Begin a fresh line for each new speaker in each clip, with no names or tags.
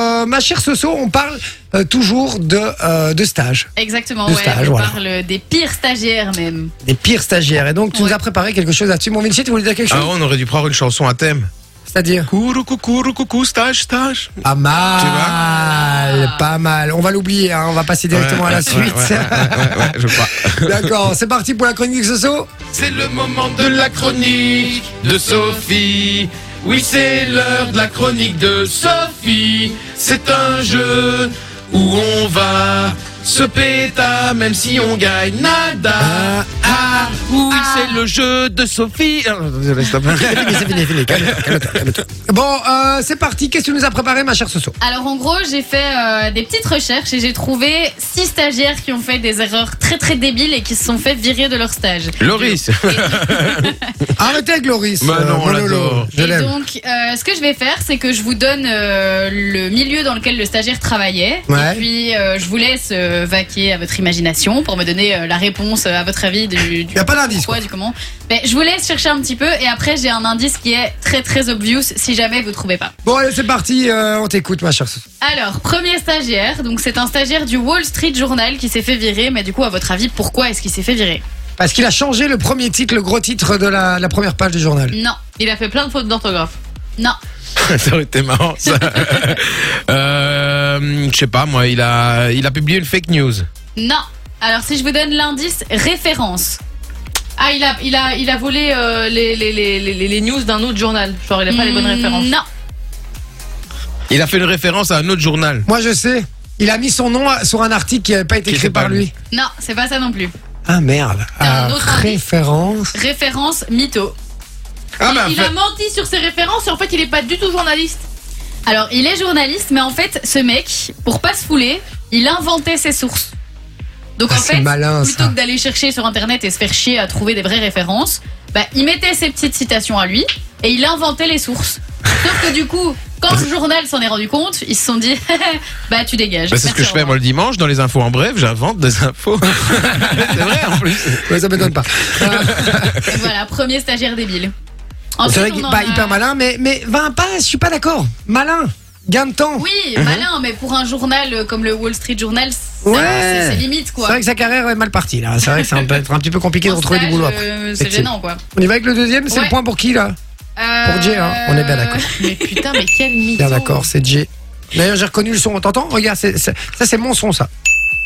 euh, ma chère Soso, on parle euh, toujours de, euh, de stage,
Exactement,
Le
ouais.
stage,
on
voilà.
parle des pires stagiaires même.
des pires stagiaires. Et donc, tu nous
Ouais.
as préparé quelque chose là-dessus. Mon Vinci, tu voulais dire quelque chose
Ah, on aurait dû prendre une chanson à thème.
C'est-à-dire
Courou, coucou, coucou, stage, stage.
Pas mal,
Tu
pas mal. On va l'oublier, hein, on va passer directement à la
Ouais,
suite.
ouais, ouais, ouais, ouais, ouais, je crois.
D'accord, c'est parti pour la chronique Soso.
C'est le moment de la chronique de Sophie. Oui, c'est l'heure de la chronique de Sophie. C'est un jeu où on va se péta, même si on gagne nada.
Ah,
Ah, oui, c'est le jeu de Sophie. Ah, désolé, stop.
C'est fini, c'est fini. Calme-toi, calme-toi, calme-toi. Bon, euh, c'est parti. Qu'est-ce que tu nous as préparé, ma chère Soso
Alors en gros, j'ai fait euh, des petites recherches et j'ai trouvé six stagiaires qui ont fait des erreurs très très débiles et qui se sont fait virer de leur stage.
Loris.
Arrêtez avec Loris.
Bah non, on
Manolo.
l'adore.
Je
Et
l'aime.
donc, euh, ce que je vais faire, c'est que je vous donne euh, le milieu dans lequel le stagiaire travaillait.
Ouais.
Et puis, euh, je vous laisse euh, vaquer à votre imagination pour me donner euh, la réponse euh, à votre avis du, du
Y a pas d'indice,
pourquoi, du comment. Mais je vous laisse chercher un petit peu et après, j'ai un indice qui est très très obvious si jamais vous trouvez pas.
Bon, allez, c'est parti. euh, on t'écoute, ma chère Soso.
Alors, premier stagiaire, donc c'est un stagiaire du Wall Street Journal qui s'est fait virer. Mais du coup, à votre avis, pourquoi est-ce qu'il s'est fait virer
Parce qu'il a changé le premier titre, le gros titre de la, la première page du journal.
Non, il a fait plein de fautes d'orthographe. Non,
ça aurait été marrant, ça. Euh, je sais pas, moi, il a, il a publié une fake news.
Non. Alors si je vous donne l'indice référence.
Ah, il a, il a, il a volé euh, les, les, les, les, les news d'un autre journal. Genre, il a pas les bonnes références.
Hmm, Non.
Il a fait une référence à un autre journal.
Moi, je sais. Il a mis son nom à- sur un article qui n'avait pas été
Qui
écrit
était pas
par
lui.
lui.
Non, c'est pas ça non plus.
Ah merde.
T'as un
Ah,
autre indice
référence.
Référence mytho.
Ah bah,
il
fait-
a menti sur ses références et en fait, il est pas du tout journaliste.
Alors, il est journaliste, mais en fait, ce mec, pour pas se fouler, il inventait ses sources. Donc
Ah,
en
c'est
fait,
malin,
plutôt
ça.
que d'aller chercher sur internet et se faire chier à trouver des vraies références, bah, il mettait ses petites citations à lui et il inventait les sources. Sauf que du coup, quand le journal s'en est rendu compte, ils se sont dit bah tu dégages.
Bah, c'est ce que
Merci,
je fais
au revoir.
moi le dimanche dans les infos en bref, j'invente des infos. c'est vrai en plus.
Ouais, ça m'étonne pas.
Et voilà, premier stagiaire débile. Ensuite,
C'est vrai
on
qu'il est
en
pas
a-
hyper malin, mais, mais 20 pas, je suis pas d'accord. Malin. Gain de temps.
Oui, malin, mais pour un journal euh, comme le Wall Street Journal, ça,
Ouais.
c'est c'est limite
C'est
quoi.
vrai que sa carrière est mal partie là. C'est vrai que ça peut être un petit peu compliqué de
Un
retrouver du
stage,
boulot. après.
euh, C'est
Effectivement.
gênant quoi.
On y va avec le deuxième, c'est le
Ouais.
point pour qui là Pour Jay, hein, on est bien d'accord.
Euh,
Mais putain, mais quel mytho.
Bien d'accord, c'est J. D'ailleurs, j'ai reconnu le son. T'entends Regarde, c'est- c'est- ça c'est mon son, ça.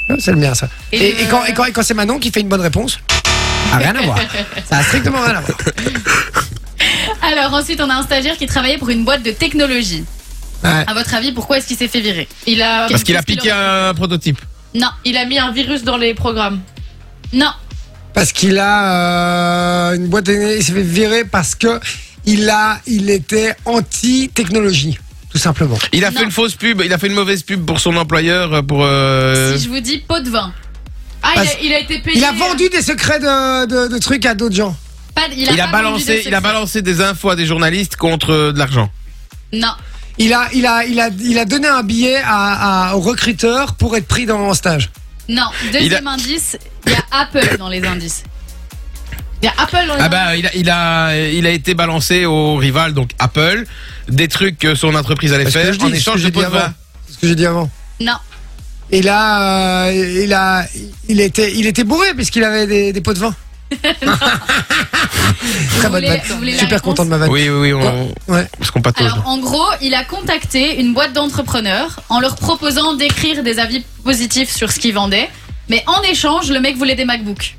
Ah, C'est le mien, ça. Et,
Et
et
le-
quand, et quand, et quand c'est Manon qui fait une bonne réponse, ah, rien à voir. Ça a strictement rien à voir.
Alors ensuite, on a un stagiaire qui travaillait pour une boîte de technologie.
Ouais.
À votre avis, pourquoi est-ce qu'il s'est fait virer
Il a,
Parce qu'il a
Qu'est-ce qu'il
piqué un prototype.
Non,
il a mis un virus dans les programmes.
non,
Parce qu'il a euh, une boîte de nuit, il s'est fait virer parce que il a, il était anti-technologie, tout simplement.
Il a
Non.
fait une fausse pub, il a fait une mauvaise pub pour son employeur euh, pour euh,
si je vous dis pot de vin.
Ah, il
Parce-
a, il a été payé.
Il a vendu des secrets de, de- de trucs à d'autres gens.
euh, Pas, de- il a,
il a
pas vendu de
balancé,
secret.
il a balancé des infos à des journalistes contre euh, de l'argent.
Non,
Il a, il a, il a, il a donné un billet à, à- au recruteur pour être pris dans un stage.
non. Deuxième indice, il y a Apple dans les indices.
Il y a Apple dans les
Ah bah il a il a il a été balancé au rival donc Apple des trucs que son entreprise allait
C'est ce que
faire
je dis,
en
c'est ce que
échange de
j'ai dit
pots de
avant.
vin.
C'est ce que j'ai dit avant.
Non,
Et là, euh, il a, il était, il était bourré puisqu'il avait des, des pots de vin. Très bonne
voulez-
vanne.
vous voulez la
Super
réponse
content de ma vanne.
Oui oui oui, on,
Ouais.
parce qu'on patauge.
Alors, en gros, il a contacté une boîte d'entrepreneurs en leur proposant d'écrire des avis positifs sur ce qu'ils vendaient. Mais en échange, le mec voulait des MacBooks.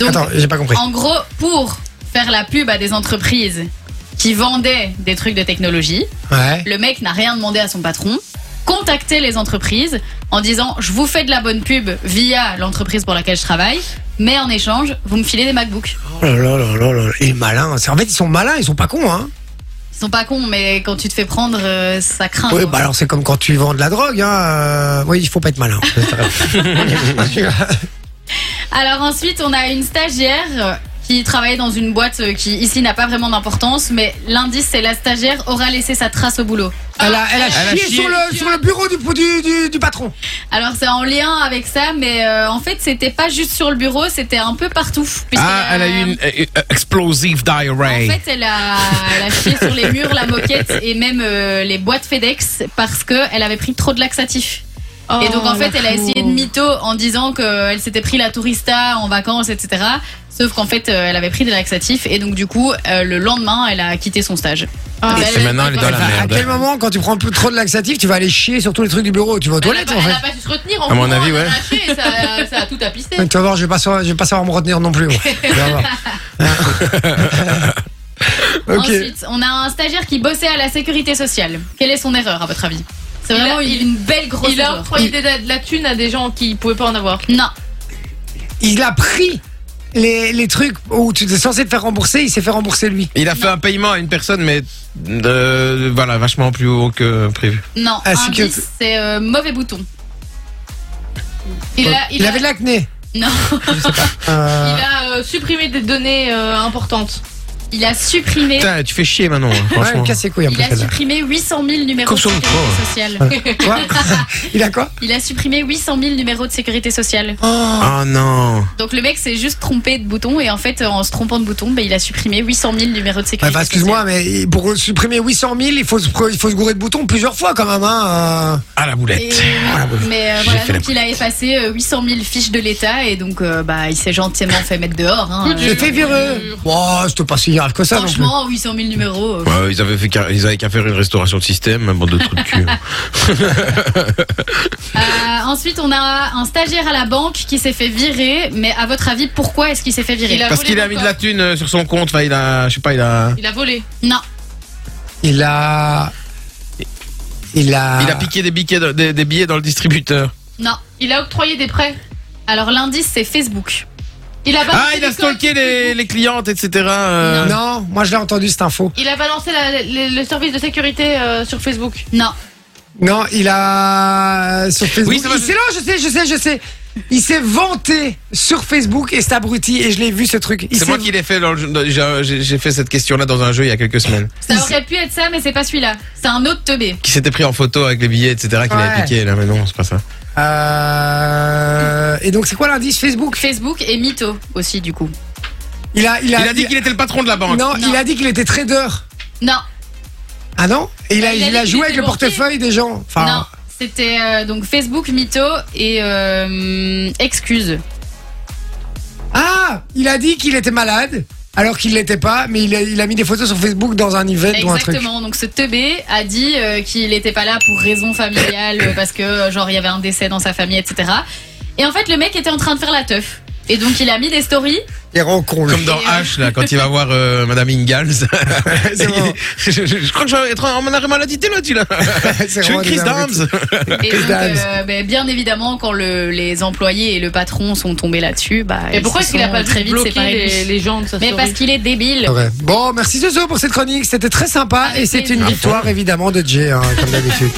Donc,
Attends, j'ai pas compris.
en gros, pour faire la pub à des entreprises qui vendaient des trucs de technologie,
Ouais.
le mec n'a rien demandé à son patron. Contacter les entreprises en disant Je vous fais de la bonne pub via l'entreprise pour laquelle je travaille, mais en échange, vous me filez des MacBooks.
Oh là là là là là, il est malin. C'est- En fait, ils sont malins, ils sont pas cons, hein.
Ils sont pas cons, mais quand tu te fais prendre, euh, ça
Ah.
craint.
Oui,
quoi.
bah alors c'est comme quand tu vends de la drogue, hein. euh, Oui, il faut pas être malin.
Alors ensuite, on a une stagiaire euh, qui travaillait dans une boîte euh, qui ici n'a pas vraiment d'importance, mais l'indice c'est la stagiaire aura laissé sa trace au boulot.
Elle a, elle a
Elle a
chié,
chié.
sur, le, sur le bureau du, du, du- du patron.
Alors c'est en lien avec ça, mais euh, en fait c'était pas juste sur le bureau, c'était un peu partout. puisque,
Ah, elle a eu
euh,
une euh, euh, explosive
En
diarrhea.
fait, elle a, elle a chié sur les murs, la moquette et même euh, les boîtes FedEx parce qu'elle avait pris trop de laxatifs.
Oh,
et donc, en fait, elle a essayé de mytho en disant qu'elle s'était pris la tourista en vacances, etc. Sauf qu'en fait, euh, elle avait pris des laxatifs et donc, du coup, euh, le lendemain, elle a quitté son stage.
Et
elle-
c'est maintenant, elle est dans la
Ah,
Enfin, à
merde.
quel moment, quand tu prends un peu trop de laxatif, tu vas aller chier sur tous les trucs du bureau Tu vas aux
Elle a
toilettes
pas-
en
elle
fait.
a pas su se retenir
À
en
mon
courant,
avis,
elle a
ouais.
lâché et ça, ça a tout apissé.
Tu vas voir, je vais pas savoir, je vais pas savoir me retenir non plus. moi. Tu vas voir. ok.
Ensuite, on a un stagiaire qui bossait à la sécurité sociale. Quelle est son erreur, à votre avis C'est
Il a-
vraiment une,
il-
une belle grosse
Il a
erreur.
octroyé de la, de la thune à des gens qui pouvaient pas en avoir.
Non,
Il a pris les, les trucs où tu étais censé te faire rembourser, il s'est fait rembourser lui.
Il a fait un paiement à une personne, mais euh, voilà, vachement plus haut que prévu.
non.
Ah, c'est que-
Indice, c'est euh, mauvais bouton.
Il a, il
Il
a-
avait de l'acné.
Non.
Euh,
il a, euh, supprimé des données euh, importantes.
Il a supprimé
Putain, tu fais chier maintenant, hein,
Euh, ouais, il
franchement.
me casse les couilles un peu
Il a
celle-là.
supprimé 800 000 numéros de
Comme sur le
sécurité
toit,
sociale.
Quoi Il a quoi
Il a supprimé 800 000 numéros de sécurité sociale.
Ah non.
Donc le mec s'est juste trompé de bouton et en fait en se trompant de bouton, bah, il a supprimé 800 000 numéros de
Ouais,
sécurité
bah,
sociale.
Excuse-moi, mais pour supprimer 800 000, il faut, se, pre- il faut se gourer de boutons plusieurs fois quand même. Hein.
À la
Et-
boulette.
Oh,
mais euh,
J'ai
voilà,
fait la
donc il a effacé euh, 800 000 fiches de l'État et donc euh, bah, il s'est gentiment fait mettre dehors. hein.
J'ai fait virer. Oh, c'était pas si grave que ça non plus.
Franchement, 800 000 numéros. euh,
Ouais, ils avaient fait, qu'à- ils avaient qu'à faire une restauration de système, un bande de trous de cul.
Euh, ensuite, on a un stagiaire à la banque qui s'est fait virer. Mais à votre avis, pourquoi est-ce qu'il s'est fait virer
Il a-
Parce
volé
qu'il a
mon
mis de
corps.
la thune euh, sur son compte, enfin, il a, je sais pas, il a,
Il a volé.
Non,
Il a. Il a.
il a piqué des billets, dans- des, des billets dans le distributeur.
non.
Il a octroyé des prêts.
Alors l'indice, c'est Facebook.
Il a balancé
Ah, il a
des codes.
stalké les, les clientes, etc. euh,
Non, moi je l'ai entendu cette info.
Il a balancé la- le, le service de sécurité euh, sur Facebook.
Non.
Non, il a. Sur Facebook.
Oui, ça va,
il
je-
s'est- non, je sais, je sais, je sais. Il s'est vanté sur Facebook et c'est abruti et je l'ai vu ce truc. Il
C'est
s'est-
moi qui l'ai fait dans le jeu- dans- j'ai- J'ai j'ai fait cette question-là dans un jeu il y a quelques semaines.
Ça aurait pu être ça, mais c'est pas celui-là. C'est un autre teubé.
Qui s'était pris en photo avec les billets, etc. Qu'il
Ouais.
avait piqué, là, mais non, c'est pas ça.
Euh, Et donc c'est quoi l'indice Facebook
Facebook et Mytho aussi, du coup.
Il a. Bah, Il a,
Il a dit qu'il était le patron de la banque.
Non, il a dit qu'il était trader.
Non,
Ah non Et il a,
Bah, il a
il
dit
a
qu'il
joué
était
avec le
banquier.
portefeuille des gens. Enfin,
non. C'était euh, donc Facebook, Mytho et euh, Excuse.
Ah Il a dit qu'il était malade, alors qu'il l'était pas, mais il a, il a mis des photos sur Facebook dans un event ou un truc.
Exactement. Donc ce teubé a dit euh, qu'il n'était pas là pour raison familiale, euh, parce que euh, genre il y avait un décès dans sa famille, etc. Et en fait, le mec était en train de faire la teuf. Et donc il a mis des stories.
Il rend con, lui.
Comme dans H, là, quand il va voir euh, Madame Ingalls.
C'est bon.
je, je- je crois que je vais être en arrêt maladie, t'es là, tu là. Je
C'est
suis une
vraiment
crise
des arnaques.
d'âme.
Et donc,
dames.
euh, ben, bien évidemment, quand le- les employés et le patron sont tombés là-dessus, bah,
Et pourquoi
ils
est-ce
se
qu'il a
sont
pas
très
très
vite
bloqué
séparés de lui.
les, les gens de sa
Mais
story
parce qu'il est débile.
C'est vrai. Bon, merci Zozo pour cette chronique, c'était très sympa
Avec
et c'est une
plaisir.
victoire évidemment de Jay, hein, comme d'habitude.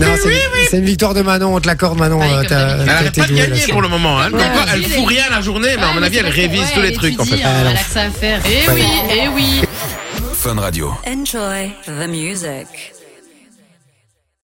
Non, c'est c'est une victoire de Manon, on te l'accorde Manon,
Allez,
euh,
comme
t'as-
Elle
t'as
arrête
été
pas de
douée
gagner
là-dessus.
pour le moment. hein. Elle,
Ouais,
fait quoi Elle
elle
fout rien la journée, mais à
Ah,
mon avis, elle révise tous les trucs, en fait.
Elle a que ça à faire.
Eh oui, eh oui.
Enjoy the music.